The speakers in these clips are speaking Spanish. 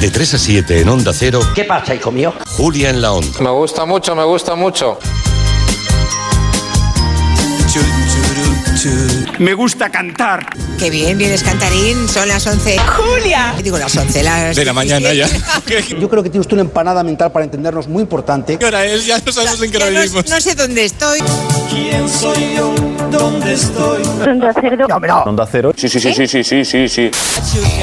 De 3 a 7 en Onda Cero. ¿Qué pasa, hijo mío? Julia en la Onda. Me gusta mucho, me gusta mucho. Me gusta cantar. Qué bien, vienes cantarín. Son las 11. ¡Julia! Digo las 11, las. De la mañana ya. Yo creo que tienes tú una empanada mental para entendernos muy importante. ¿Qué hora es? Ya no sabemos en qué hora Ya no- vivimos. no sé dónde estoy. ¿Quién soy yo? ¿Dónde estoy? Onda Cerdo. Onda cero. Sí, sí, sí, sí, sí, sí, sí, sí.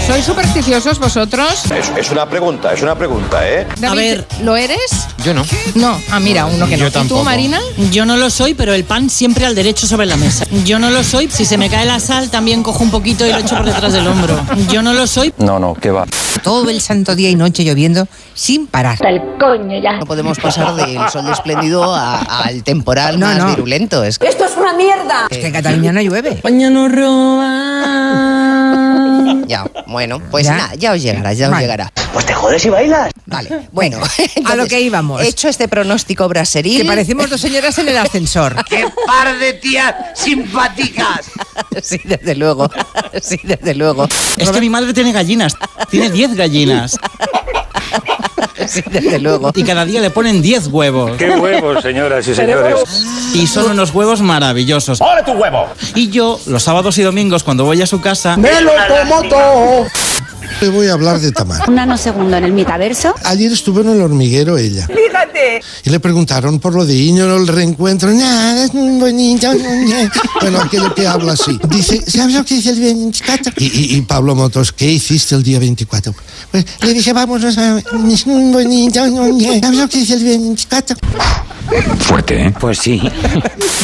¿Sois supersticiosos vosotros? Es, es una pregunta, es una pregunta, ¿eh? David, ver. ¿lo eres? Yo no. No. Ah, mira, uno que Yo no. ¿Y tampoco. ¿Tú, Marina? Yo no lo soy, pero el pan siempre al derecho sobre la mesa. Yo no lo soy, si se me cae la sal también cojo un poquito y lo echo por detrás del hombro. Yo no lo soy. No, no, que va. Todo el santo día y noche lloviendo sin parar. Hasta el coño ya. No podemos pasar del sol espléndido a- al temporal No, más no. virulento. Es ¡Esto es una mierda! Es que en Cataluña no llueve. España no roba. ya, bueno, pues Ya. nada, ya os llegará, ya os Vale. llegará. Pues te jodes y bailas. Vale, bueno. A lo entonces, que íbamos. Hecho este pronóstico braseril. Que parecemos dos señoras en el ascensor. ¡Qué par de tías simpáticas! sí, desde luego. sí, desde luego. Es que mi madre tiene gallinas. Tiene 10 gallinas. Sí, desde luego. Y cada día le ponen 10 huevos. ¡Qué huevos, señoras y señores! Y son unos huevos maravillosos. ¡Ole tu huevo! Y yo, los sábados y domingos, cuando voy a su casa, ¡Me lo como todo! Te voy a hablar de Tamara. Un nanosegundo en el metaverso. Ayer estuvo en el hormiguero ella. Fíjate. Y le preguntaron por lo de Íñolo, el reencuentro. Nada, es muy bonito. ña. Bueno, aquello que habla así. Dice, ¿sabes lo que dice el 24? Y, y- y Pablo Motos, ¿qué hiciste el día 24? Pues le dije, vamos, a... es muy bonito. ña. ¿Sabes lo que dice el 24? Fuerte, ¿eh? Pues sí.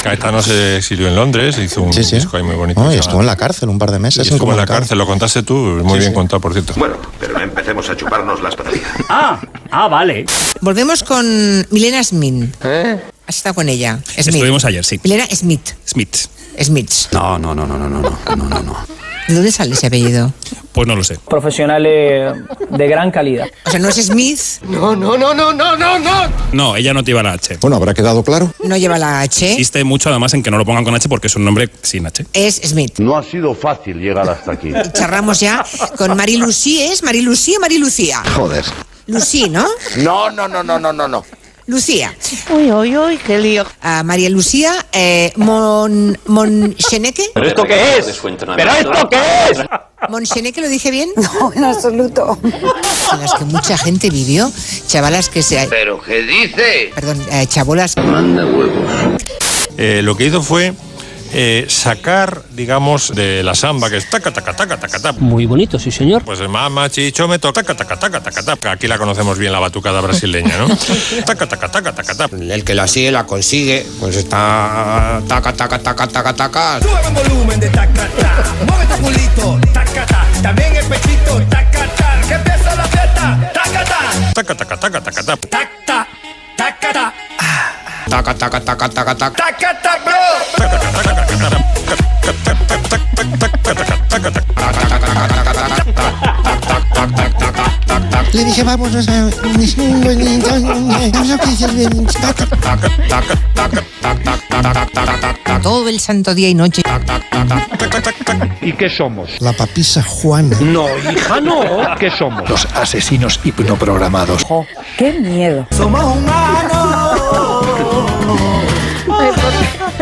Caetano se exilió en Londres, hizo un disco Oh, ahí muy bonito. Ah, y Se estuvo llama- en la cárcel un par de y meses. estuvo en la incomunicado. cárcel, lo contaste tú, muy Sí, bien sí. contado, por cierto. Bueno, pero no empecemos a chuparnos las patillas. Ah, ah, vale. Volvemos con Milena Smith. ¿Eh? Has estado con ella. Smith. Estuvimos ayer, sí. Milena Smith. Smith. Smith. No, no, no, no, no, no, no, no, no, no. ¿De dónde sale ese apellido? Pues no lo sé. Profesionales de gran calidad. O sea, no es Smith, No, no, no, no, no, no, no. No, ella no te iba a la H. Bueno, habrá quedado claro. no lleva la H, Insiste mucho además en que no lo pongan con H porque es un nombre sin H. es Smith. No ha sido fácil llegar hasta aquí. Y charramos ya con Mari Lucía, ¿es Mari Lucía o Mari Lucía? Joder. Lucí, ¿no? No, no, no, no, no, no, no. Lucía. Uy, uy, uy, qué lío. A María Lucía eh, Mon, Moncheneque. ¿Pero esto qué es? ¿Pero esto qué es? ¿Moncheneque lo dije bien? No, en absoluto. En las que mucha gente vivió. Chavalas que se... ¿Pero qué dice? Perdón, eh, chabolas. Eh, lo que hizo fue eh, sacar, digamos, de la samba, que es taca, taca, taca, taca, taca. Muy bonito, sí, señor. Pues el mama, chicho, me toca, taca, taca, taca, taca, taca. Aquí la conocemos bien, la batucada brasileña, ¿no? Taca, taca, taca, taca, taca. El que la sigue, la consigue. Pues está... Taca, taca, taca, taca, taca. Sube el volumen de tacata. Mueve tu culito. Tacata. También el pechito. Tacata. Que empieza la fiesta. Tacata. Taca, taca, taca, taca, taca. Tacata. Tacata. Taca, taca, taca, taca, taca. Tacata, bro. Le dije, vamos, a... es muy bonito. ña. ¿Sabes lo que dice el 24? Todo el santo día y noche. ¿Y qué somos? La papisa Juana. No, hija, no. ¿Qué somos? Los asesinos hipnoprogramados. ¡Qué miedo! Somos un